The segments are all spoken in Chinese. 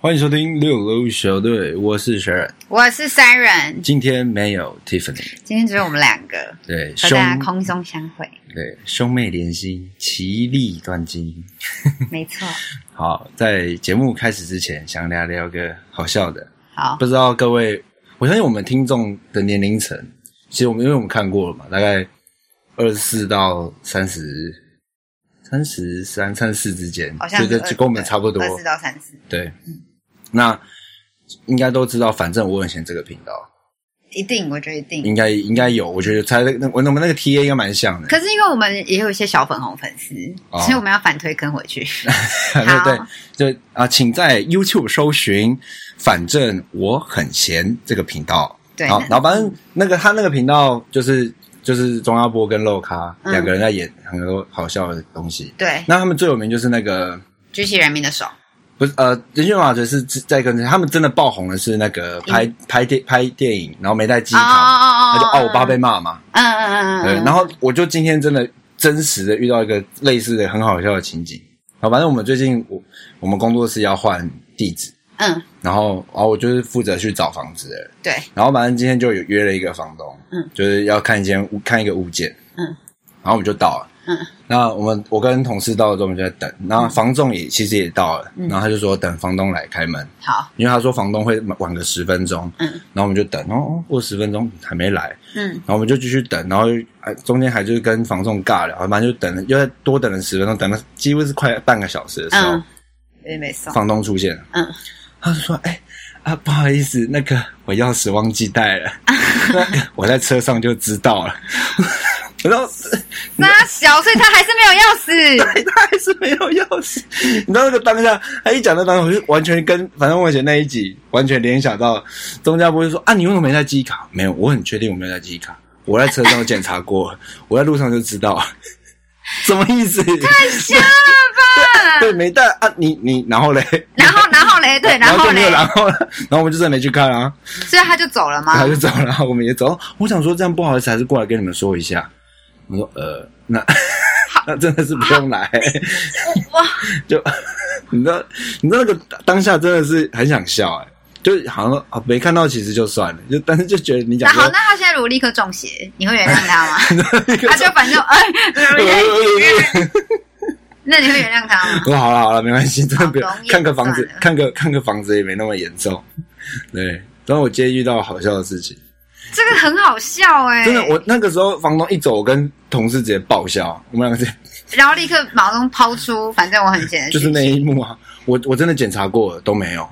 欢迎收听六楼小队，我是雪人，我是三人，今天没有 Tiffany，今天只有我们两个对和兄大家空中相 会，对兄妹连心，其利断金。没错。好，在节目开始之前，想聊聊个好笑的，好不，知道各位，我相信我们听众的年龄层，其实我们因为我们看过了嘛，大概二十四到三十。三十三、三十四之间，好像这个就跟我们差不多。二四到三四，对，那应该都知道，反正我很闲这个频道，一定，我觉得一定。应该应该有，我觉得猜那那我我们那个 T A 应该蛮像的，可是因为我们也有一些小粉红粉丝，哦所以我们要反推坑回 去。好 对对，就啊，请在 YouTube 搜寻“反正我很闲”这个频道。对好，那嗯然后反正那个他那个频道就是就是钟亚波跟肉咖、嗯两个人在演很多好笑的东西。对，那他们最有名就是那个举起人民的手，不是呃，人血马哲是在跟他们真的爆红的是那个拍、拍电拍电影，然后没带记忆哦哦卡，哦那就哦我爸贝，被骂嘛。嗯嗯嗯嗯对，嗯，然后我就今天真的真实的遇到一个类似的很好笑的情景。好，反正我们最近我我们工作室要换地址，嗯，然后然后我就是负责去找房子的人，对，然后反正今天就有约了一个房东，嗯，就是要看一间物看一个物件，嗯，然后我们就到了，嗯，那我们我跟同事到了之后我们就在等，然后房仲也其实也到了，然后他就说等房东来开门，好，因为他说房东会晚个十分钟，嗯，然后我们就等，哦哦，过十分钟还没来，嗯然后我们就继续等，然后哎中间还就是跟房仲尬聊，反正就等了，又再多等了十分钟，等了几乎是快半个小时的时候，嗯，有点没送，房东出现了，嗯，他就说：“哎、啊，不好意思，那个我钥匙忘记带 了，那个我在车上就知道了。” 然后那小，所以他还是没有 钥匙，他还是没有钥匙， 你知道那个当下，他一讲到当下，我就完全跟反正我以前那一集完全联想到，钟家波就说啊，你为什么没带记忆卡？没有，我很确定我没有带记忆卡，我在车上有检查过， 我在路上就知道， 什么意思？太瞎了 吧？对，没带啊，你你然后嘞，然后，然后嘞，对，哎然 然后就没有嘞，然后了，然后我们就再没去看啊，所以他就走了吗？他就走了，然后我们也走。我想说这样不好意思，还是过来跟你们说一下。我说呃，那 那真的是不用来。哇，就 你知道，你知道那个当下真的是很想笑哎、就好像啊没看到其实就算了，就但是就觉得你那讲好，说那他现在如果立刻中邪，你会原谅他吗？ 他就反正哎，那你会原谅他吗？我好了好了没关系，真的不要好容易看个房子算了，看个看个房子也没那么严重。对，然后我今天遇到好笑的事情，这个很好笑哎、真的，我那个时候房东一走，我跟同事直接爆笑，我们两个直接然后立刻马上抛出，反正我很闲，就是那一幕啊，我我真的检查过了都没有。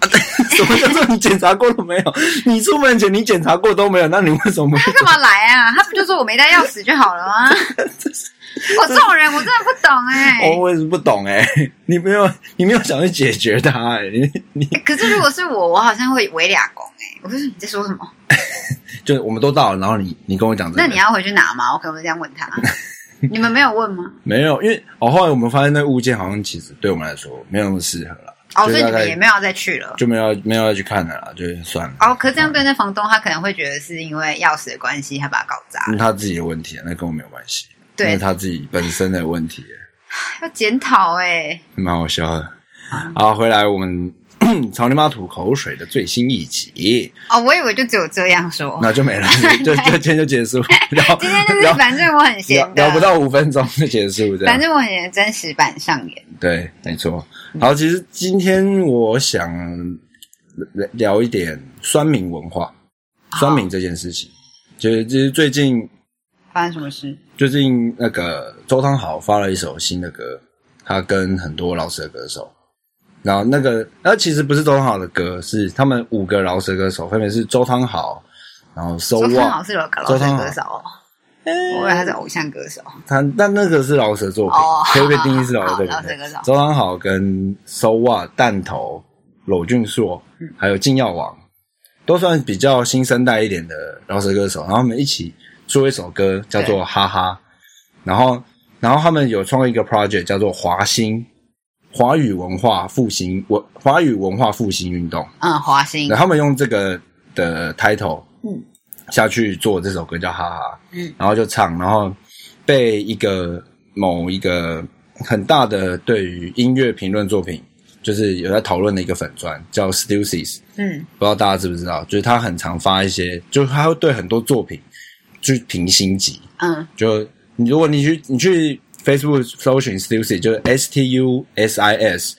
啊， 什么叫做你检查过都没有？你出门前你检查过都没有，那你为什么他干嘛来啊？他不就说我没带钥匙就好 了吗？我这种人我真的不懂哎、哦，我也是不懂哎、 你没有，你没有想去解决它哎、你你欸可是如果是我，我好像会围俩拱哎、我就说你在说什么？就我们都到了，然后你你跟我讲这个，那你要回去拿吗？我可能会这样问 他。你们没有问吗？没有，因为哦，后来我们发现那物件好像其实对我们来说没有那么适合了，哦，就所以大你概们也没有要再去了。就没有没有要去看了啦，就算了，哦，可是这样对那房东，他可能会觉得是因为钥匙的关系，他把他搞砸因为他自己的问题啊，那跟我没有关系，对那是他自己本身的问题，要检讨哎，蛮好笑的。啊好，回来我们 草泥马吐口水的最新一集，哦，我以为就只有这样说。那就没了，就就就今天就结束，然后哦 今天就是聊反正我很聊闲的，聊不到五分钟就结束，这样反。正我很闲的真实版上演。对，没错。好，其实今天我想聊聊一点酸民文化，酸民这件事情，就是就是最近发生什么事？最近那个周汤豪发了一首新的歌，他跟很多饶舌歌手，然后那个那其实不是周汤豪的歌，是他们五个饶舌歌手，分别是周汤豪，然后 So 周汤豪 What，是有搞周老汤师豪歌手哦，嗯我以为他是偶像歌手。他但那个是饶舌作品哦，可以被定义是饶舌作好饶舌歌品手。周汤豪跟 So What、弹头、娄俊硕，嗯还有金耀王，都算比较新生代一点的饶舌歌手。然后他们一起做一首歌叫做《哈哈》，然后然后他们有创立一个 project 叫做华兴华语文化复兴文华语文化复兴运动。嗯，华星然，后他们用这个的 title，嗯，下去做这首歌叫哈哈，嗯，然后就唱，然后被一个某一个很大的对于音乐评论作品就是有在讨论的一个粉砖叫 Stussies，嗯不知道大家知不知道？就是他很常发一些，就是他会对很多作品去评星级。嗯就你如果你去你去 Facebook 搜寻 Stussy，就是 S T U S I S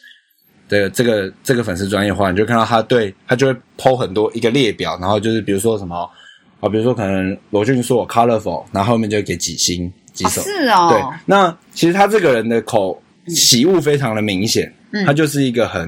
的这个这个粉丝专业的话，你就看到他对他就会 PO 很多一个列表，然后就是比如说什么啊，比如说可能罗俊硕 Colorful，然后后面就给几星几哦首。是哦，对，那其实他这个人的口喜恶非常的明显，嗯他就是一个很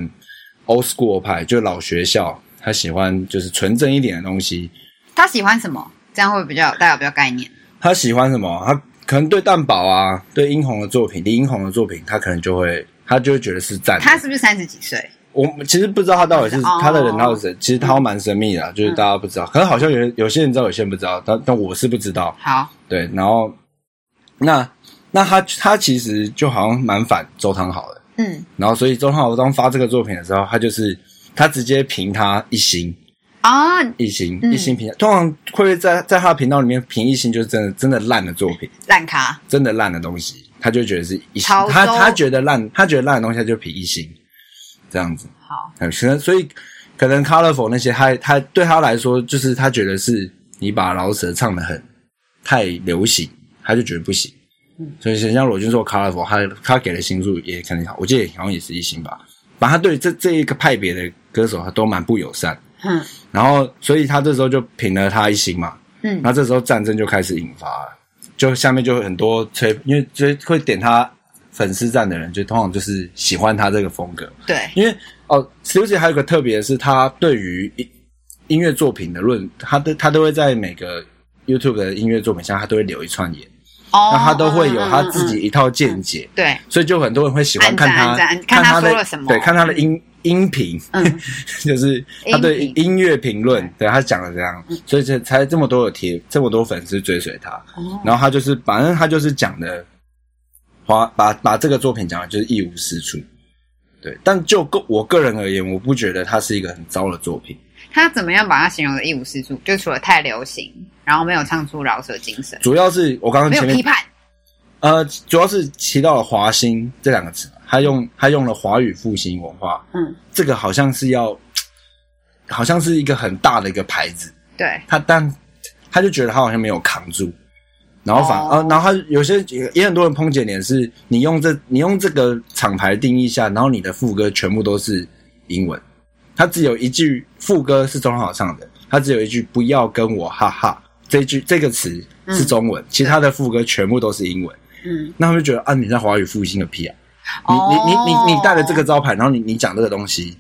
old school 派，就老学校，他喜欢就是纯正一点的东西。他喜欢什么？这样会比较大家有比较概念。他喜欢什么？他可能对蛋堡啊，对殷红的作品，李殷红的作品，他可能就会，他就会觉得是赞的。他是不是三十几岁？我们其实不知道他到底是、哦嗯他的人到底是谁，其实他蛮神秘的啊、就是大家不知道。可能好像有人有些人知道，有些人不知道，但但我是不知道。好，对，然后那那他他其实就好像蛮反周汤好的，嗯，然后所以周汤好当发这个作品的时候，他就是他直接评他一星。啊、一星嗯一星评价，通常会在在他的频道里面评一星，就是真的真的烂的作品。烂咖，真的烂的东西，他就觉得是一星潮，州他他觉得烂，他觉得烂的东西他就比一星这样子。好，嗯可能所以可能 colorful 那些，他他对他来说，就是他觉得是你把饶舌唱的很太流行，他就觉得不行。所以像罗军说 colorful，他他给的星数也可能，我记得好像也是一星吧。反正他对这这一个派别的歌手，他都蛮不友善。嗯然后，所以他这时候就评了他一星嘛。嗯那这时候战争就开始引发了，就下面就有很多吹，因为追会点他粉丝站的人，就通常就是喜欢他这个风格。对，因为哦 s t u s y 还有一个特别的是，他对于音音乐作品的论，他都他都会在每个 YouTube 的音乐作品下，他都会留一串言，哦，那他都会有嗯他自己一套见解，对，所以就很多人会喜欢看按他赞按赞看他他的说了什么对，看他的音音频， 嗯就是他对音嗯音乐评论，对他讲的这样，所以才才这么多有贴，这么多粉丝追随他。哦然后他就是，反正他就是讲的，花把把这个作品讲的就是一无是处。对，但就个我个人而言，我不觉得它是一个很糟的作品，他怎么样把它形容的一无是处？就除了太流行，然后没有唱出饶舌精神，主要是我刚刚没嗯有前批面判，呃，主要是提到了华兴这两个词，他用他用了华语复兴文化，嗯，这个好像是要，好像是一个很大的一个牌子，对，他但他就觉得他好像没有扛住，然后反、哦啊，然后他有些也很多人抨击的点是，你用这你用这个厂牌定义下，然后你的副歌全部都是英文，他只有一句副歌是中文好唱的，他只有一句不要跟我哈哈这一句这个词是嗯中文，其他的副歌全部都是英文，嗯那他们就觉得啊你在华语复兴个屁啊，你哦你你你你带了这个招牌，然后你你讲这个东西，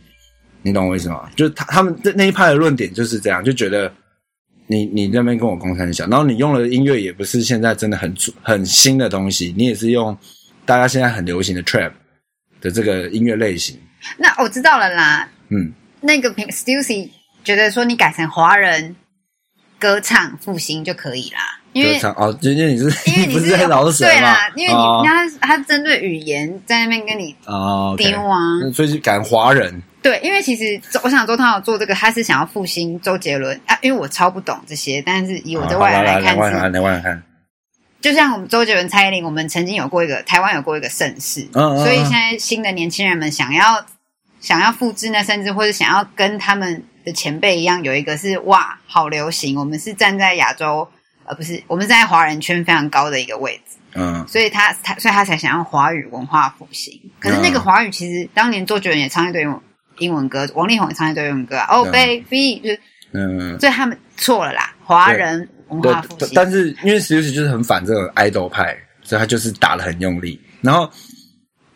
你懂我意思吗？就是他他们那那一派的论点就是这样，就觉得你你那边跟我公三小，然后你用了音乐也不是现在真的很主很新的东西，你也是用大家现在很流行的 trap 的这个音乐类型，那我知道了啦。嗯，那个评 Stussy 觉得说你改成华人歌唱复兴就可以啦，因就为是唱哦，就因为你是因为 你你不是在饶舌对嘛啦，，因为你、哦他他针对语言在那边跟你哦，OK，丢啊，那所以就改华人，对，因为其实周我想周汤有做这个，他是想要复兴周杰伦啊，因为我超不懂这些，但是以我哦好的外人来来看外人是，来外人看，就像我们周杰伦、蔡依林，我们曾经有过一个台湾有过一个盛世，嗯嗯所以嗯现在新的年轻人们想要想要复制呢，甚至或者想要跟他们的前辈一样，有一个是哇，好流行，我们是站在亚洲，呃，不是，我们是在华人圈非常高的一个位置。嗯，所以他他所以他才想要华语文化复兴。可是那个嗯华语其实当年周杰伦也唱一堆英文英文歌，王力宏也唱一堆英文歌啊。哦、嗯 baby，就是嗯。所以他们错了啦，华人文对化复，但兴。但是因为 s t u s 就是很反这种爱豆派，所以他就是打的很用力。然后，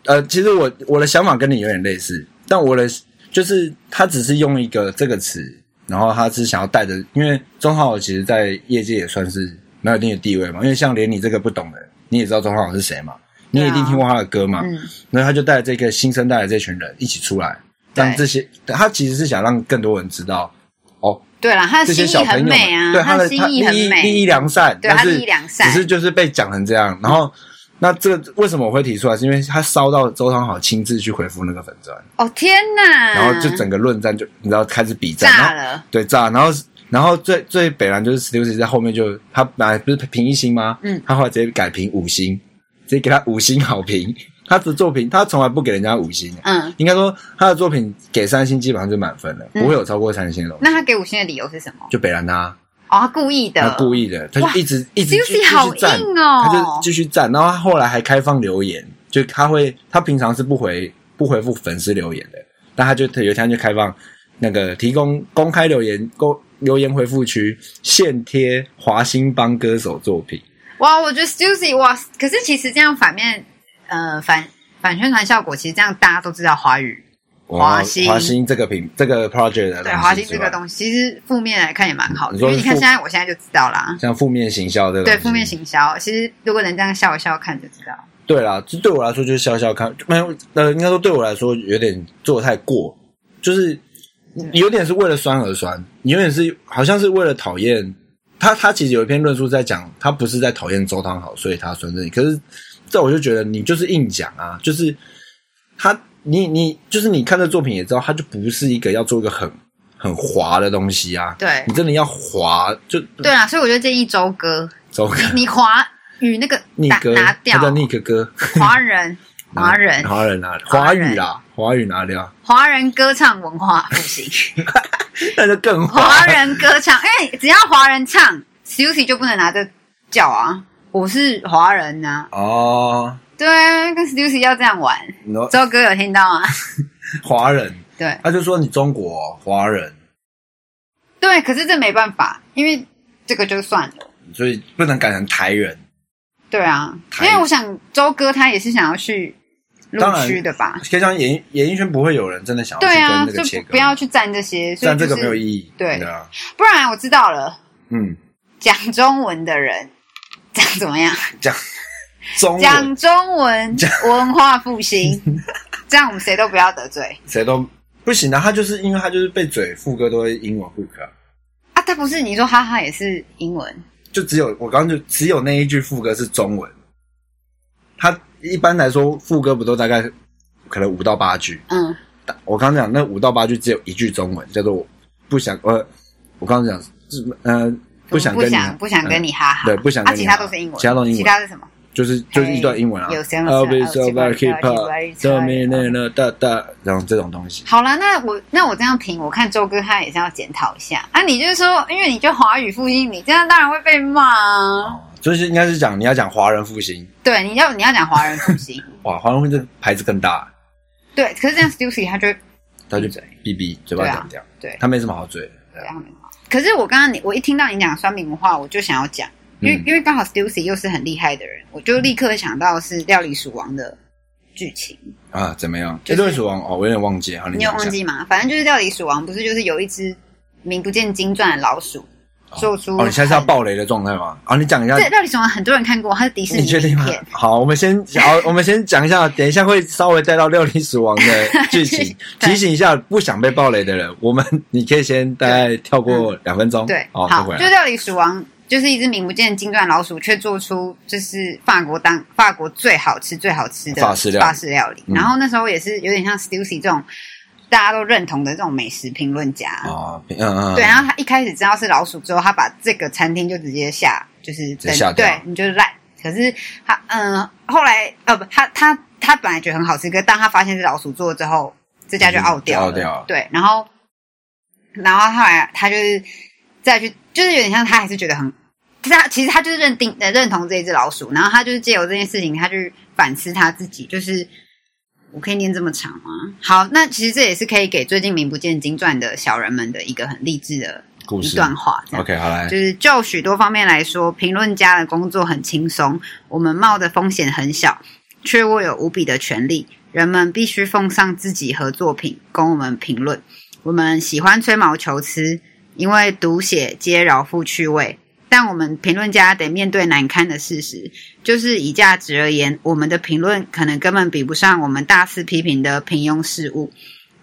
呃，其实我我的想法跟你有点类似，但我的就是他只是用一个这个词，然后他是想要带着，因为钟浩其实在业界也算是蛮有一定的地位嘛，因为像连你这个不懂的，你也知道钟浩是谁嘛，你也一定听过他的歌嘛，嗯，然后他就带这个新生代的这群人一起出来，对让这些他其实是想让更多人知道哦，对啦，他的这心些小意朋很友们美啊，对他的心他意利很益利益美。良善，对但他是利益良善只是就是被讲成这样。然后，那这个为什么我会提出来？是因为他烧到周汤好亲自去回复那个粉砖，哦天哪！然后就整个论战就你知道开始比战，嗯炸然后了。对炸，然后。然后最最北蓝就是 Stussy 在后面就他本来不是评一星吗？嗯，他后来直接改评五星，直接给他五星好评。他的作品他从来不给人家五星，嗯，应该说他的作品给三星基本上就满分了，不会有超过三星的东西。那他给五星的理由是什么？就北兰他，哦，他故意的，他故意的，他哇就一直一直继 Juicy 续好赞，硬哦他就继续赞，然后他后来还开放留言，就他会他平常是不回不回复粉丝留言的，但他就有一天就开放那个提供公开留言公留言回复区现贴华星帮歌手作品。哇，我觉得 Stussy 哇，可是其实这样反面，呃，反反宣传效果，其实这样大家都知道华语哇华星哦华星这个品这个 project 的对华星之这外个东西，其实负面来看也蛮好的，你因说为是你看负现在我现在就知道啦，像负面行销这个对东西负面行销，其实如果能这样笑一笑看就知道，对啦，这对我来说就是笑笑看，没有呃，应该说对我来说有点做的太过，就是有点是为了酸而酸，有点是好像是为了讨厌他。他其实有一篇论述在讲，他不是在讨厌周汤好，所以他酸这里。可是这我就觉得你就是硬讲啊，就是他你你就是你看这作品也知道，他就不是一个要做一个很很滑的东西啊。对你真的要滑就对啊啦，所以我就建议周哥，走开。你华语那个逆打哥，拿掉他，叫逆哥哥，华人 华人嗯华人啊，华华人语啦，华语啊拿掉。华人歌唱 文化不行，那就更华人歌唱，哎，只要华人唱，Stussy 就不能拿着叫啊，我是华人呐、哦。对啊，跟 Stussy 要这样玩。你说周哥有听到 吗？华人，对他就说你中国华人，对，可是这没办法，因为这个就算了。所以不能改成台人。对啊，因台为我想周哥他也是想要去录当然取的吧？可以像演艺演艺圈不会有人真的想要去对啊，跟那就个切不割，不要去占这些，所以但就这是个没有意义。对啊，不然我知道了，嗯，讲中文的人讲怎么样？ 讲中文讲中文文化 复兴，这样我们谁都不要得罪谁都不行啊，他就是因为他就是被嘴副歌都会英文 hook，、啊、啊！他不是你说哈哈也是英文就只有我刚刚就只有那一句副歌是中文。他一般来说副歌不都大概可能五到八句，嗯我刚刚讲那五到八句只有一句中文，叫做我不想呃，我刚刚讲是呃不想不跟你想不想跟你哈哈，对不想啊，跟你其哈他哈都是英文，其他都是英文其他是什么？呃就是就是一段英文啊，有声有啊色，be 啊 so 有 very keep keep up， up， keep up，这没那那哒哒，然后这种东西，好啦，那我那我这样评，我看周哥他也是要检讨一下啊。你就是说，因为你就华语复兴，你这样当然会被骂啊。哦，就是应该是讲你要讲华人复兴，对，你要你要讲华人 复兴，哇，华人复兴这牌子更大，对。可是这样 Stussy 他就他就闭嘴哔哔嘴巴对啊讲掉，对他没什么好嘴的，这样的嘛。可是我刚刚你我一听到你讲酸民文化，我就想要讲，因为、嗯因为刚好 Stussy 又是很厉害的人，我就立刻想到是《料理鼠王》的剧情。啊，怎么样？就这是对鼠王哦，我有点忘记，好，你你有讲一忘下，记吗？反正就是《料理鼠王》，不是就是有一只名不见经传的老鼠做出哦，你现在是要很暴雷的状态吗？啊，你讲一下这《料理鼠王》很多人看过，它是迪士尼你确定吗影片？，好，我们先好，我们先讲一下，等一下会稍微带到料理死亡的剧情 提醒一下不想被暴雷的人，我们你可以先大概跳过两分钟，对，哦，好再，回就来，料理鼠王就是一只名不见经传老鼠，却做出就是法国当法国最好吃最好吃的法式料理理嗯然后那时候也是有点像 Stussy 这种大家都认同的这种美食评论家。哦，嗯嗯，对，然后他一开始知道是老鼠之后，他把这个餐厅就直接下，就是接下掉对，你就是烂。可是他嗯，后来呃不，他他他本来觉得很好吃，可是当他发现是老鼠做了之后，这家就嗯傲掉就了。out 掉了对，然后然后后来他就是再去，就是有点像他还是觉得很。他其实他就是认定呃认同这一只老鼠，然后他就是借由这件事情，他去反思他自己，就是我可以念这么长吗？好，那其实这也是可以给最近名不见经传的小人们的一个很励志的故一事段话。这样，OK，好来，就是就许多方面来说，评论家的工作很轻松，我们冒的风险很小，却握有无比的权利。人们必须奉上自己和作品供我们评论。我们喜欢吹毛求疵，因为读写皆饶富趣味。但我们评论家得面对难堪的事实，就是以价值而言，我们的评论可能根本比不上我们大肆批评的平庸事物。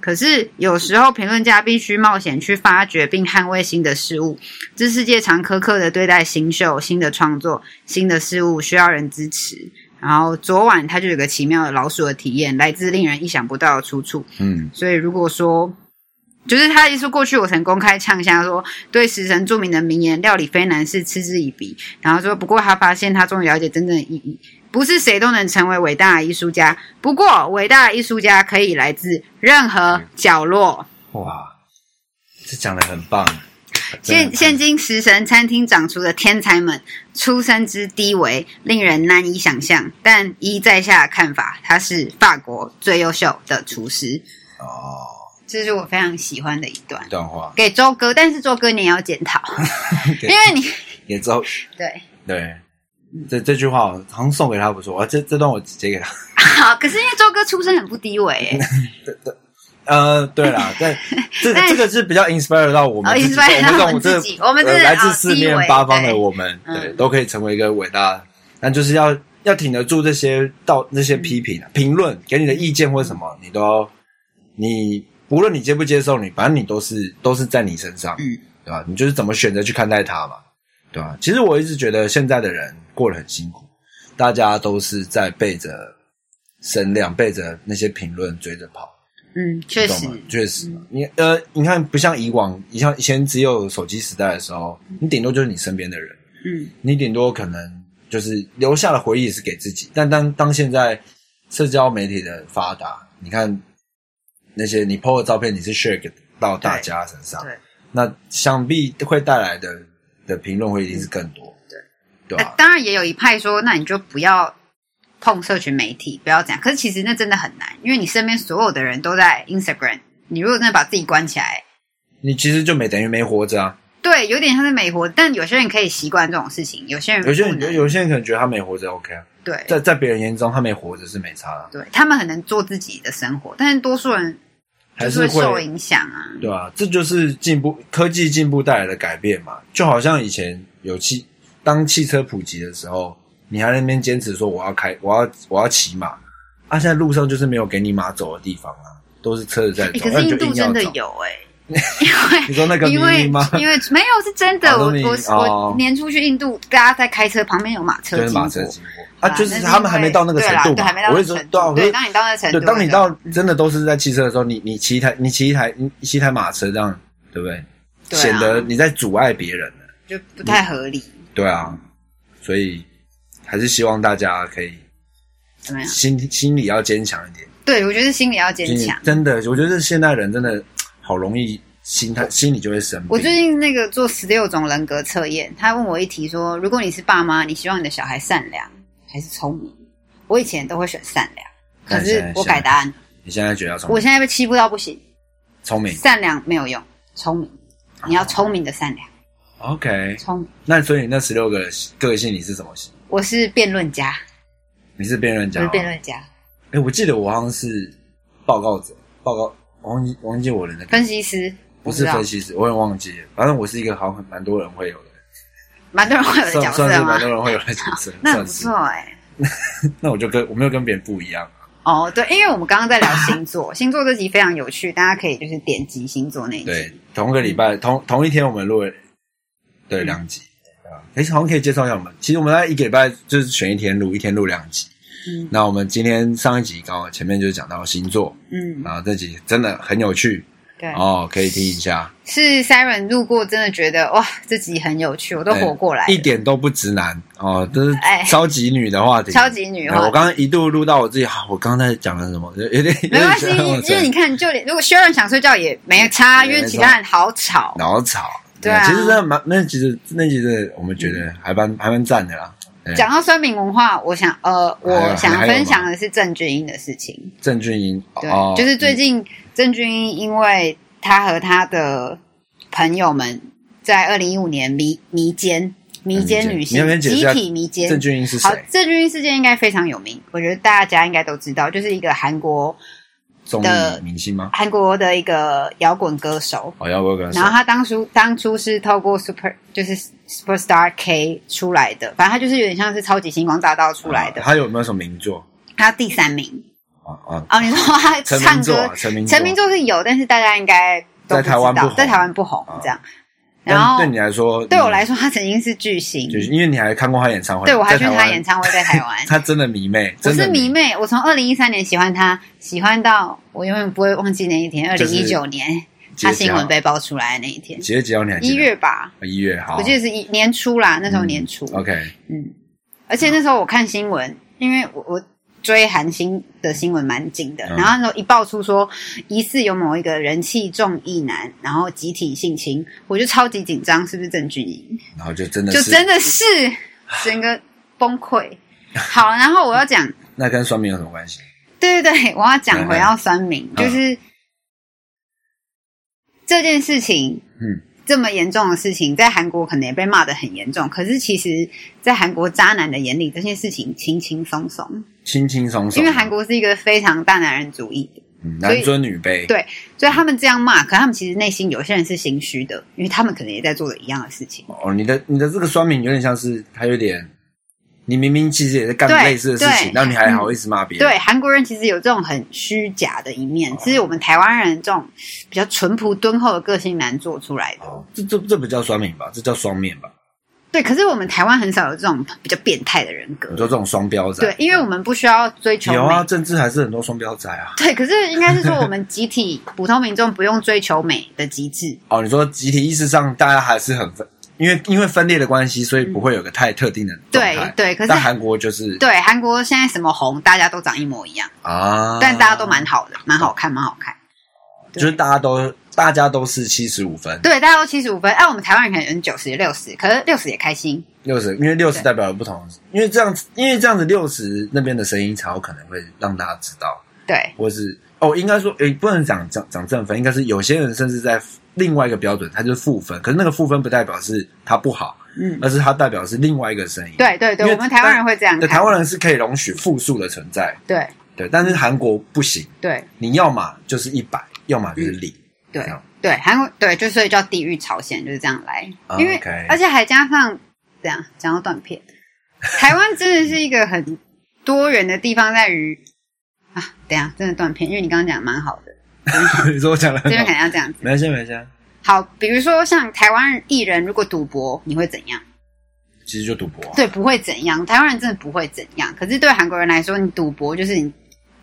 可是有时候，评论家必须冒险去发掘并捍卫新的事物，这世界常苛刻的对待新秀、新的创作、新的事物，需要人支持。然后昨晚他就有个奇妙的老鼠的体验，来自令人意想不到的出处。嗯，所以如果说，就是他一说过去我曾公开呛下说，对食神著名的名言“料理非难”是嗤之以鼻，然后说不过他发现他终于了解真正的意义，不是谁都能成为伟大的艺术家，不过伟大的艺术家可以来自任何角落。哇，这讲的很棒。真的很现现今食神餐厅长出的天才们，出身之低微，令人难以想象。但依在下的看法，他是法国最优秀的厨师，哦，这是我非常喜欢的一段一。段话给周哥，但是周哥你也要检 讨，因为你也之后对对这这句话我好像送给他不错，我这这段我直接给他。好，可是因为周哥出身很不低微、欸，呃，对啦， 但这但这个是比较 inspire 到我们哎哦自己， inspire 到我我们们这自种己这我们呃这来自哦四低面微八方的对我们，对，嗯都可以成为一个伟大，但就是要要挺得住这些到那嗯些批评、啊评论给你的意见或什么，你都要你无论你接不接受你，反正你都是都是在你身上，嗯，对吧？你就是怎么选择去看待它嘛，对吧？其实我一直觉得现在的人过得很辛苦，大家都是在背着声量、背着那些评论追着跑。嗯，确你实懂，吗？确实，你呃，你看，不像以往，你像以前只有手机时代的时候，你顶多就是你身边的人，嗯你顶多可能就是留下的回忆是给自己。但当当现在社交媒体的发达，你看那些你 PO 的照片，你是 share 给到大家身上对，那想必会带来的的评论会一定是更多，对对呃吧？当然也有一派说，那你就不要碰社群媒体，不要这样。可是其实那真的很难，因为你身边所有的人都在 Instagram，你如果真的把自己关起来，你其实就没等于没活着啊。对，有点像是美国。但有些人可以习惯这种事情，有些人有些不人能有些人可能觉得他没活着 OK 啊，对在在别人眼中他没活着是没差的啊、对，他们很能做自己的生活，但是多数人还就是是会会受影响啊。对啊，这就是进步科技进步带来的改变嘛。就好像以前有汽当汽车普及的时候，你还在那边坚持说我要开，我要我要骑马，啊，现在路上就是没有给你马走的地方啊，都是车子在诶走，哎可那是你印就度硬要真的走。有 哎、你说那个因迷为因吗？因为没有是真的，哦我那你我哦我年初去印度，大家在开车，旁边有马车就是经马过车经过啊，就那是因他们还没为到那个对程啦度对嘛还没。到我那会个说，程对啊，度。我会对，当你到那个对，程度的时候，当你到真的都是在汽车的时候，你你骑一台你骑一台你骑一台马车这样，对不对？对啊显得你在阻碍别人。就不太合理，对啊，所以还是希望大家可以怎么样？心心理要坚强一点。对，我觉得心理要坚心理强。真的，我觉得现代人真的好容易心态心理就会生病。我最近那个做十六种人格测验，他问我一题说，如果你是爸妈，你希望你的小孩善良还是聪明？我以前都会选善良，可那你现是在我改答案，你现在觉得要聪我明，现在被欺负到不行，聪明善良没有用，聪明，你哦要聪明的善良， ，OK？聪明。那所以那十六个个性你是什么型？我是辩论家，你是辩论我家、是哦？辩论家，哎，我记得我好像是报告者，报告忘记忘记我的那个，分析师，啊不我是知道分析师，我也忘记了。反正我是一个好像蛮多人会有的，蛮多人 会有的角算算是色吗蛮？多人会有的角色， 那算很不是错。哎、那我就跟我没有跟别人不一样。哦，对，因为我们刚刚在聊星 座，星座这集非常有趣，大家可以就是点击星座那一对集。，同个礼拜、嗯同同一天我们录了对两集啊，哎、好像可以介绍一下我们。其实我们在一个礼拜就是选一天录，一天录两集。嗯那我们今天上一集刚好前面就是讲到星座嗯，哎啊，这集真的很有趣对，哦，可以听一下，是 Siren 路过，真的觉得哇，这集很有趣，我都活过来了一点都不直男哦，这是哎超级女的话题，超级女哎化我。刚刚一度录到我自己，啊、我刚刚在讲了什么，有有点有没点 关系，因为你看，就连如果 Sharon 想睡觉也没差，因为其他人好吵。脑草，哎对啊其实真的蛮那其实那其实我们觉得还蛮、还蛮赞的啦。哎对讲到酸民文化，我想呃，还有我想还有吗分享的是郑俊英的事情。郑俊英，对，哦，就是最近郑俊英，因为他和他的朋友们在二零一五年迷迷奸迷奸女你要不要性解释一集下体迷奸，郑俊英是好谁？，郑钧事件应该非常有名，我觉得大家应该都知道，就是一个韩国综艺的明星吗？韩国的一个摇滚歌手。哦，要不要跟他然后说？他当初当初是透过 Super 就是 Superstar K 出来的，反正他就是有点像是超级星光大道出来的，哦他有没有什么名作？他第三名。啊啊，哦，你说他成唱名作歌啊，，成名作成名作是有，但是大家应该在都不知台湾不道红，在台湾不红啊这样。但然后对你来说，对我来说，他曾经是巨星嗯，，就是因为你还看过他演唱会，对我还去在台他湾。演，唱会，在台湾他真的迷妹，我 真的是迷妹，我从二零一三年喜欢他，喜欢到我永远不会忘记那一天。二就零是一九年，几他月几新号闻被爆出来的那一天，几月几号你还记一得？月吧，哦一嗯月，好，我记得是一年初啦，那时候年初。 OK，而且那时候我看新闻，因为我我追韩星的新闻蛮紧的，然后那时候一爆出说疑似有某一个人气重意男，然后集体性侵，我就超级紧张，是不是郑俊英？然后就真的，就是真的是整个崩溃。好，然后我要讲，那跟算命有什么关系？对对对，我要讲回嗯嗯到酸民，就是、这件事情，嗯，这么严重的事情，在韩国可能也被骂得很严重，可是其实，在韩国渣男的眼里，这件事情轻轻松松，轻轻松松，因为韩国是一个非常大男人主义的，嗯所以男尊女卑，对所以他们这样骂，可他们其实内心有些人是心虚的，因为他们可能也在做着一样的事情。哦，你的你的这个酸民有点像是他有点，你明明其实也在干对类似的事情对，然后你还好意思骂别人，对，韩国人其实有这种很虚假的一面，哦是我们台湾人这种比较淳朴敦厚的个性难做出来的。哦，这这这不叫酸民吧？这叫双面吧？对，可是我们台湾很少有这种比较变态的人格你。说这种双标仔，对，因为我们不需要追求美。啊有啊，政治还是很多双标仔啊。对，可是应该是说我们集体普通民众不用追求美的极致。哦，你说集体意识上大家还是很分，因为因为分裂的关系，所以不会有个太特定的状对态。对，可是但韩国就是 对韩国现在什么红，大家都长一模一样，啊，但大家都蛮好的，蛮好看，蛮好看。对就是大家都大家都是七十五分，对，大家都七十五分，哎、我们台湾人可能九十、六十，可是六十也开心。六十，因为六十对代表了不同，因为这样子，因为这样子六十那边的声音才有可能会让大家知道，对或是哦，应该说诶、不能讲讲讲正分，应该是有些人甚至在另外一个标准，他就是负分，可是那个负分不代表是他不好，嗯而是他代表是另外一个声音。对对因对，为我们台湾人会这样对，看。台湾人是可以容许复数的存在，对对，但是韩国不行，对你要么就是一百，要么就是零。嗯对这样 对，韩国对，就所以叫地狱朝鲜就是这样来，啊因为 OK 而且还加上这样讲到断片， 台湾真的是一个很多元的地方，在于啊，等一下真的断片，因为你刚刚讲的蛮好的，你说我讲的哦这边可能要这样子。没关系，没关系啊，好，比如说像台湾艺人如果赌博，你会怎样？其实就赌博啊、对，不会怎样，台湾人真的不会怎样。可是对韩国人来说，你赌博就是你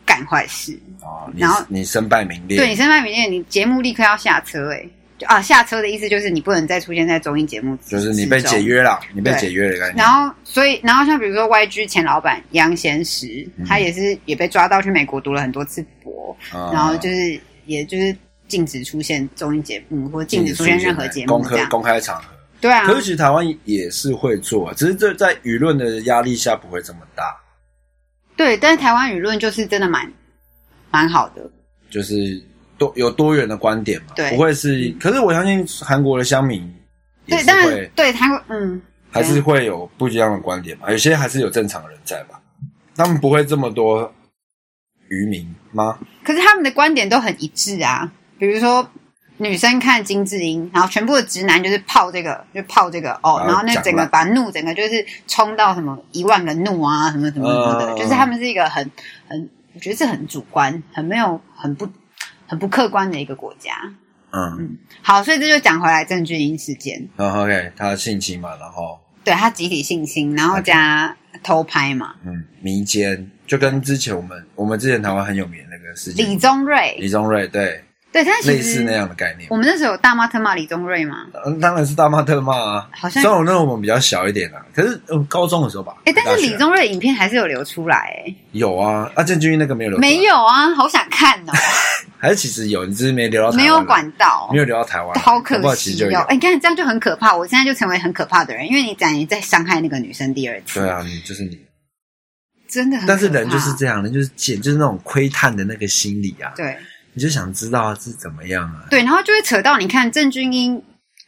干坏事，哦，你然后你身败名裂，对你身败名裂，你节目立刻要下车、欸，就啊，下车的意思就是你不能再出现在综艺节目之，就是你被之中解约了，你被对解约的概念。然后，所以，然后像比如说 YG 前老板杨贤石，他也是也被抓到去美国读了很多次博，啊然后就是也就是禁止出现综艺节目或禁止出现任何节公目这开样。公开场合。对啊可，是其实台湾也是会做，啊只是这在舆论的压力下不会这么大，对，但是台湾舆论就是真的蛮蛮好的，就是多有多元的观点嘛，对嗯不会是。可是我相信韩国的乡民也对，是当然会对韩国，嗯，还是会有不一样的观点嘛，有些还是有正常人在吧，他们不会这么多渔民吗？可是他们的观点都很一致啊，比如说。女生看金智英，然后全部的直男就是泡这个，就泡这个哦，然后然后那讲整个烂把怒整个就是冲到什么一万个怒啊，什么什么什么的，嗯就是他们是一个很很，我觉得是很主观、很没有、很不、很不客观的一个国家。嗯好，所以这就讲回来郑俊英事件，然后 OK，他的性侵嘛，然后对他集体性侵，然后 OK 加偷拍嘛，嗯，民间就跟之前我们我们之前台湾很有名的那个事件，李宗瑞，李宗瑞对，对，但其类似那实样的概念。我们那时候有大骂特骂李宗瑞嘛，嗯，当然是大骂特骂啊！好像虽然我那时候我们比较小一点啊，可是嗯，高中的时候吧。哎，但大是学啊李宗瑞的影片还是有流出来、诶有啊，啊，郑钧英那个没有留，没，有啊，好想看哦，还是其实有，你只是没留到台湾，没有，管到啊没，有留到台湾，好搞不可好其实惜就有哦。。哎，你看这样就很可怕，我现在就成为很可怕的人，因为你等于在伤害那个女生第二次，对啊，你就是你，真的很可怕。但是人就是这样，人就是贱，就是那种窥探的那个心理啊，对你就想知道是怎么样啊。对，然后就会扯到你看郑俊英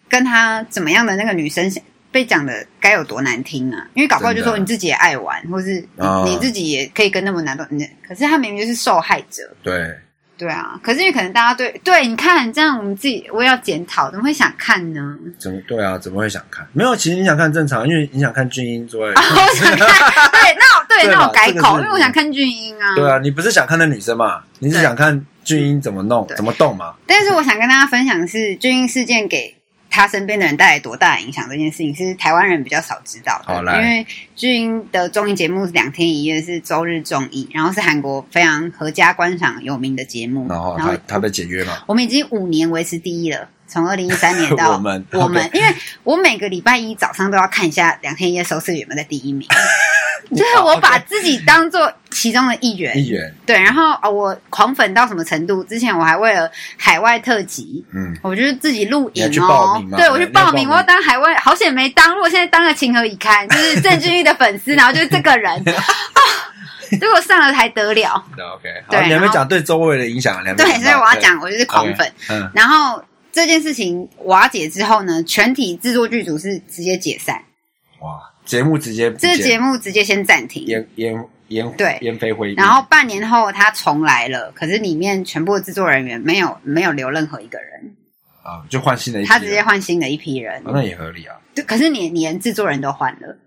跟他怎么样的那个女生被讲的该有多难听啊！因为搞不好就真的说你自己也爱玩，或是你,、啊你自己也可以跟那么难懂，你可是他明明就是受害者。对，对啊，可是因为可能大家对对，你看这样，我们自己我也要检讨，怎么会想看呢？ 怎么对啊？怎么会想看？没有，其实你想看正常，因为你想看俊英之外，啊，我想看，对，那我对，对啦那我改这个口，是因为我想看俊英啊。对啊，你不是想看那女生嘛？你是对想看俊英怎么弄、对怎么动嘛？但是我想跟大家分享的是，军英事件给他身边的人带来多大的影响，这件事情是台湾人比较少知道的。好来因为军英的综艺节目是两天一夜，是周日综艺，然后是韩国非常合家观赏有名的节目。然后他他被解约嘛？我们已经五年维持第一了，从二零一三 年到我们 我们因为我每个礼拜一早上都要看一下两天一夜收视率有没有在第一名，就是我把自己当做其中的一员，一元，对，然后啊、呃我狂粉到什么程度？之前我还为了海外特辑，嗯，我就是自己录你还去影报哦名吗，对我你去还报报名名，我要当海外，好险没当。如果现在当了，情何以堪？就是郑俊玉的粉丝，然后就是这个人， 啊如果上了才得了。对 OK，好，对你还没然后讲对周围的影响，你还没对，到所以我要，讲，我就是狂粉。对嗯，然后这件事情瓦解之后呢，全体制作剧组是直接解散，哇，节目直接这个节目目直接先暂停。烟烟烟对烟飞灰，然后半年后他重来了，可是里面全部的制作人员没有没有留任何一个人，啊，就换新的一批了，他直接换新的一批人哦，。那也合理啊，对，可是你你连制作人都换了，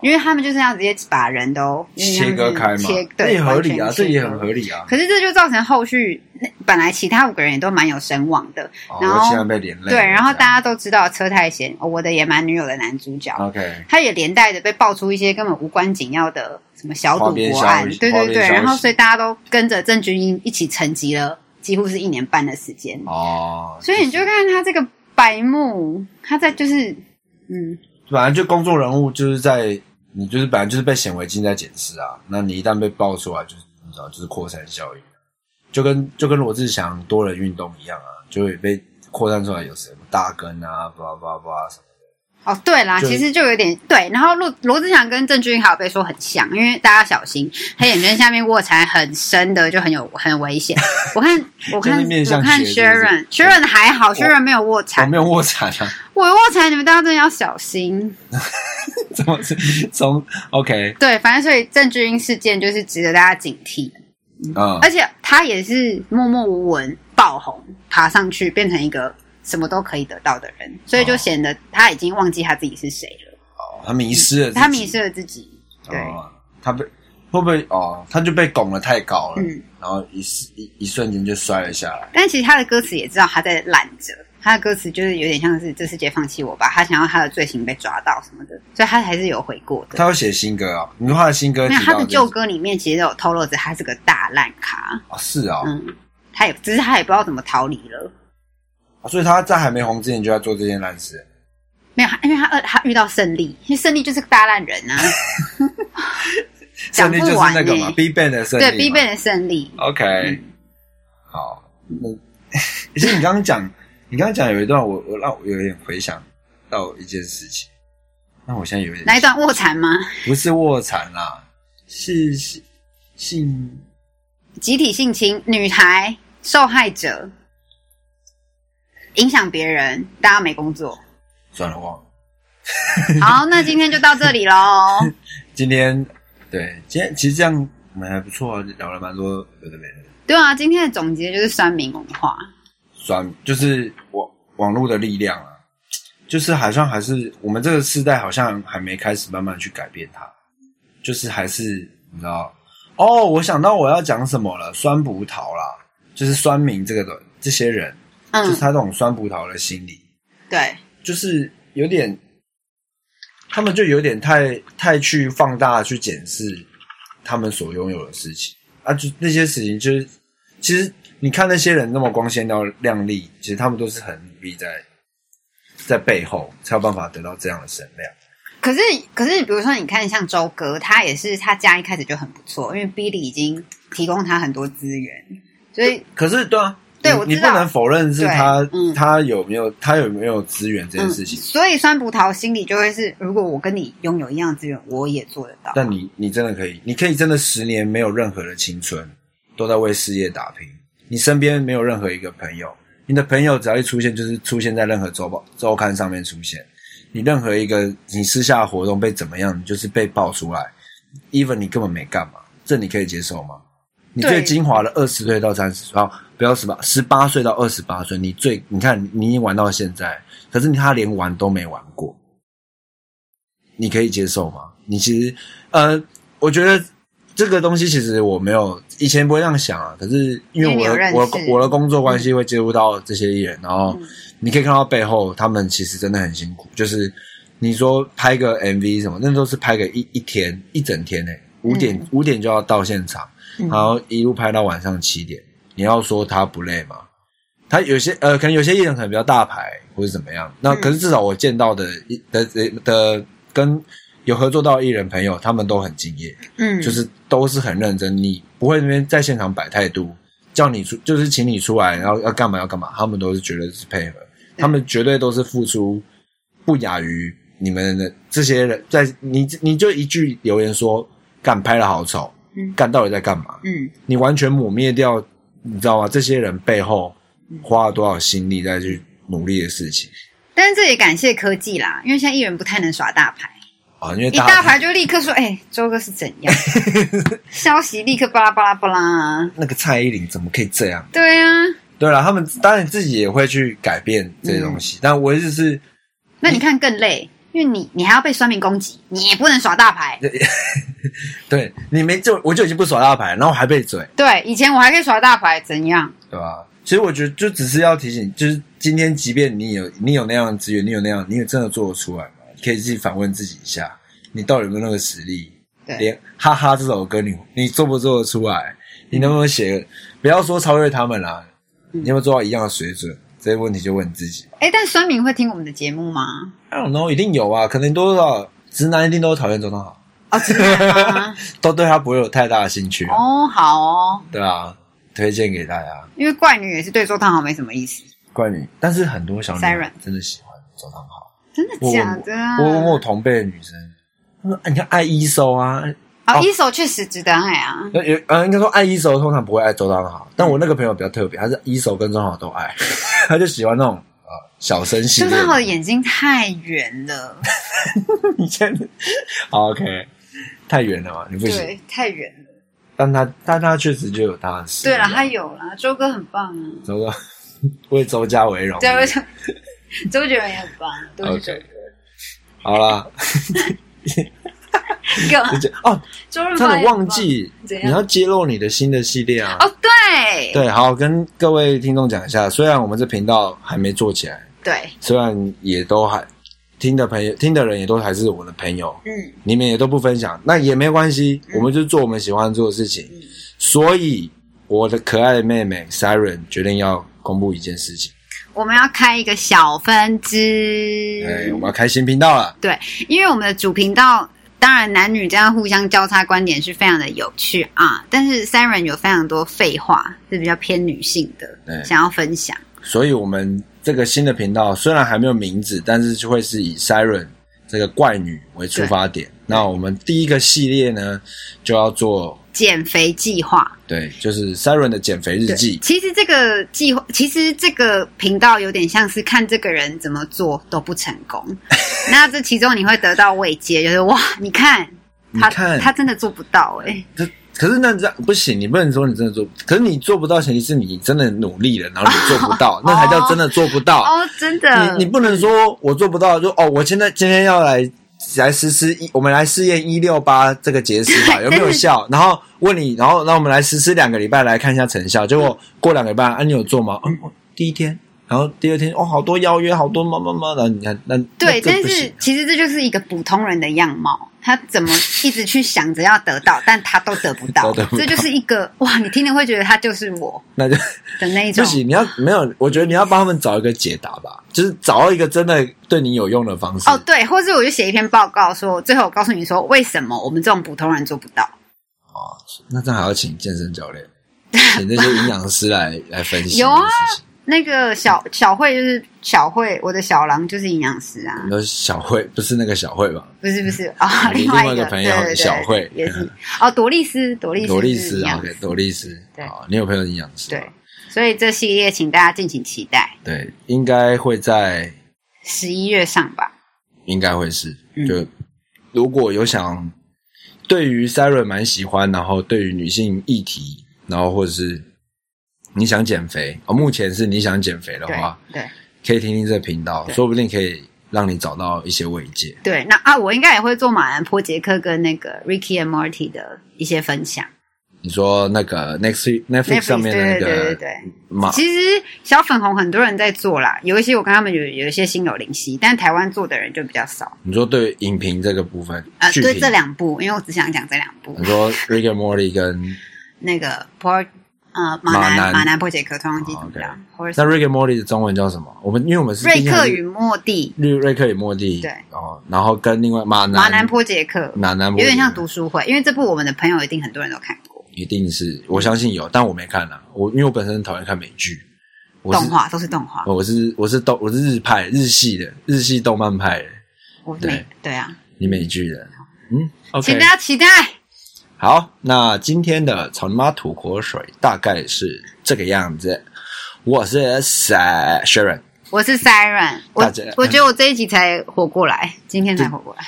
因为他们就是要直接把人都切割开嘛嗯切，这对，也合理啊，完这全切割也很合理啊，可是这就造成后续，那本来其他五个人也都蛮有声望的，哦然后现在被连累了，对，然后这样大家都知道车太贤，哦我的野蛮女友的男主角， OK，他也连带着被爆出一些根本无关紧要的什么小赌博花边消案息，对对花边对，消息然后所以大家都跟着郑钧英一起沉寂了，几乎是一年半的时间，哦，所以你就看他这个白目，他在就是嗯，本来就公众人物就是在你就是本来就是被显微镜在检视啊，那你一旦被爆出来，就是你知道就是扩散效应，就跟就跟罗志祥多人运动一样啊，就会被扩散出来，有什么大根啊，叭叭叭什么哦对啦，就其实就有点对，然后罗罗志祥跟郑钧英还有被说很像，因为大家小心黑眼圈下面卧蚕很深的就很有很危 险，我看我看就是面向我看斜的是不是 Sharon Sharon 还好，Sharon 没有卧的，我蚕，没有卧蚕啊，我有卧蚕你们大家真的要小心。怎么是从 OK 对，反正所以郑钧英事件就是值得大家警惕，啊、而且他也是默默无闻爆红，爬上去变成一个什么都可以得到的人，所以就显得他已经忘记他自己是谁了，哦他迷失了自己，他迷失了自己。对，哦，他被会不会哦，他就被拱得太高了，嗯然后一时一一瞬间就摔了下来。但其实他的歌词也知道他在懒着，他的歌词就是有点像是这世界放弃我吧，他想要他的罪行被抓到什么的，所以他还是有悔过的。他要写新歌啊、你说他的新歌没有提到他的这旧歌里面其实都有透露着他是个大烂咖，哦是啊、嗯，他也只是他也不知道怎么逃离了。啊所以他在还没红之前就在做这件烂事。没有，因为他二他遇到胜利，因为胜利就是个大烂人啊， 胜讲利不就是完那个嘛欸，B Ban 的胜利嘛。对嗯 B 变的胜利， OK，、好。那其实你刚刚讲，你刚刚讲有一段我，我让我有点回想到一件事情。那我现在有点那一段卧蚕吗？不是卧蚕啦，是是性集体性侵，女孩受害者影响别人，大家没工 作。算了忘了。好，那今天就到这里喽。今天对，今天其实这样我们还不错、啊，聊了蛮多有的没的。对啊，今天的总结就是酸民文化，转就是网网络的力量啊，就是好像还是我们这个时代好像还没开始慢慢去改变它，就是还是你知道哦，我想到我要讲什么了，酸葡萄啦，就是酸民这个的这些人，就是嗯，他这种酸葡萄的心理，对，就是有点，他们就有点太太去放大去检视他们所拥有的事情啊，就那些事情就是，其实你看那些人那么光鲜亮亮丽，其实他们都是很努力在在背后才有办法得到这样的声量。可是，可是，比如说，你看像周哥，他也是他家一开始就很不错，因为 Billy 已经提供他很多资源，所以可是对啊，对你我你知不道能否认是他、对嗯他有没有他有没有资源这件事情，嗯。所以酸葡萄心里就会是，如果我跟你拥有一样资源，我也做得到。但你你真的可以，你可以真的十年没有任何的青春，都在为事业打拼。你身边没有任何一个朋友，你的朋友只要一出现，就是出现在任何周报周刊上面出现。你任何一个你私下的活动被怎么样，你就是被爆出来。even 你根本没干嘛，这你可以接受吗？你对最精华的二十岁到三十岁，好，不要十八十八岁到二十八岁，你最你看你已经玩到现在，可是你他连玩都没玩过，你可以接受吗？你其实呃，我觉得这个东西其实我没有以前不会这样想啊，可是因为因为你我有的认识我的我的工作关系会接触到这些艺人，然后嗯你可以看到背后他们其实真的很辛苦，就是你说拍个 MV 什么，那都是拍个一一天一整天呢、欸五点嗯五点就要到现场，嗯然后一路拍到晚上七点。你要说他不累吗？他有些呃，可能有些艺人可能比较大牌或者怎么样，那嗯可是至少我见到的一的的的跟有合作到艺人朋友，他们都很敬业，嗯，就是都是很认真，你不会那边在现场摆态度，叫你出就是请你出来，然后要干嘛要干嘛，他们都是绝对是配合，他们绝对都是付出不亚于你们的这些人，在你你就一句留言说干拍的好丑嗯，干到底在干嘛？嗯你完全抹灭掉，你知道吗？这些人背后花了多少心力在去努力的事情但是这也感谢科技啦，因为现在艺人不太能耍大 牌，啊，因为一大牌就立刻说：“哎、周哥是怎 样？”消息立刻巴拉巴拉巴拉。那个蔡依林怎么可以这样？对啊，对了，他们当然自己也会去改变这些东西，但我意思是，那你看更累，因为你你还要被酸民攻击，你也不能耍大牌。对你没就我就已经不耍大牌，然后还被嘴，对，以前我还可以耍大牌，怎样？对吧？其实我觉得就只是要提醒，就是今天即便你有你有那样的资源，你有那样，你有真的做得出来吗？你可以自己反问自己一下，你到底有没有那个实力？对，连哈哈这首歌你你做不做得出来？你能不能写？不要说超越他们啦，你嗯有没有做到一样的水准？这些问题就问你自己。哎、但酸民会听我们的节目吗？ I don't know，一定有啊，可能多少直男一定都讨厌周汤豪，哦，真的吗？ 都对他不会有太大的兴趣、啊，哦，好哦，对啊，推荐给大家。因为怪女也是对周汤豪没什么意思，关于，但是很多小女 Siren 孩真的喜欢周汤豪。真的我假的啊？我问我同辈的女生，她说：“哎你看爱一手啊，哦，哦一手确实值得爱啊。那有呃，应该说爱一手通常不会爱周汤豪，但我那个朋友比较特别，他是一手跟周汤豪都爱， 他就喜欢那种呃小生系周列汤豪的的。眼睛太圆了，以前的好 OK，太远了嘛，你不行。对，太圆了。但他但他确实就有他的事。对了，他有啦，周哥很棒啊，周哥为周家为荣。对，我想周杰伦也很棒，都是周嗯 OK 好啦， 哥。就这样 哦，周润差发点也很棒忘记怎样你要揭露你的新的系列啊。哦，对对，好，跟各位听众讲一下，虽然我们这频道还没做起来，对，虽然也都还听的朋友听的人也都还是我的朋友，嗯，你们也都不分享，那也没关系，我们就做我们喜欢做的事情。所以，我的可爱的妹妹 Siren 决定要公布一件事情，我们要开一个小分支，哎，我们要开新频道了。对，因为我们的主频道。当然，男女这样互相交叉观点是非常的有趣啊。但是 Siren 有非常多废话是比较偏女性的，对想要分享。所以，我们这个新的频道虽然还没有名字，但是就会是以 Siren 这个怪女为出发点。那我们第一个系列呢，就要做减肥计划，对，就是 Siren 的减肥日对记，其实这个计划，其实这个频道有点像是看这个人怎么做都不成 功，那这其中你会得到慰藉，就是哇，你看他你看他真的做不到哎、欸这可是那这样不行，你不能说你真的做，可是你做不到，前提是你真的努力了，然后你做不到，那才叫真的做不到。 哦，真的，啊你你不能说我做不到，就哦，我现在今天要来来实施一，我们来试验一六八这个节食 法对有没有但是效，然后问你，然后让我们来实施两个礼拜来看一下成效，结果过两个礼拜啊，你有做吗？嗯，我第一天。然后第二天哦，好多邀约，好多么么么，然后你看那那对，这但不是行其实这就是一个普通人的样貌，他怎么一直去想着要得到，但他都得不到， 都得不到这就是一个哇，你听了会觉得他就是我那就的那一不种，行，你要没有，我觉得你要帮他们找一个解答吧，就是找到一个真的对你有用的方式。哦，对，或是我就写一篇报告说，最后我告诉你说，为什么我们这种普通人做不到？哦，那这样还要请健身教练，请那些营养师 来来分析有啊这件事情。那个小小慧就是小慧，我的小狼就是营养师啊，你说小慧不是那个小慧吧？不是不是啊、哦，嗯你另外外一个个朋友对对对小慧嗯也是哦，朵丽丝，朵丽丝，罗丽斯啊， ，OK，罗丽斯对，好，你有朋友是营养师吗对，所以这系列请大家敬请期待，对，应该会在，十一月上吧。应该会是嗯，就如果有想对于 Siren 蛮喜欢，然后对于女性议题，然后或者是你想减肥，哦，目前是你想减肥的对话，对可以听听这频道，对说不定可以让你找到一些慰藉。对，那啊，我应该也会做马兰波杰克跟那个 Ricky and Morty 的一些分享。你说那个 Netflix Netflix 上面的那对对对对个对。马其实小粉红很多人在做啦，有一些我跟他们有有一些心有灵犀，但台湾做的人就比较少。你说对影评这个部分，呃，剧对评这两部，因为我只想讲这两部你，说 Rick and Morty 跟那个 Port 呃马马南南马南波杰克突然记哦怎么，OK 样？或者那 Rick and Morty 的中文叫什么？我们因为我们是瑞毕竟还克是与莫蒂，瑞瑞克与莫蒂，对哦，然后跟另外马南马南波杰克，马南有波点像读书会，因为这部我们的朋友一定很多人都看过，一定是我相信有，但我没看啦、我因为我本身很讨厌看美剧，我是动画都是动画，我是我是动我是日派日系的日系动漫派的，我对没对啊，你美剧的，嗯，OK，请大家期待。好，那今天的草泥马吐口水大概是这个样子。我是 Sa- Sharon， 我是 Siren，我大家嗯我觉得我这一集才活过来，今天才活过来。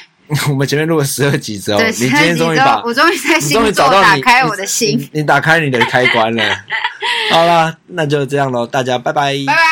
我们前面录了十二集之后，对，哦你今天终于把我终于在你星终于座找到打你开我的心， 你你打开你的开关了。好啦，那就这样喽，大家拜拜，拜拜。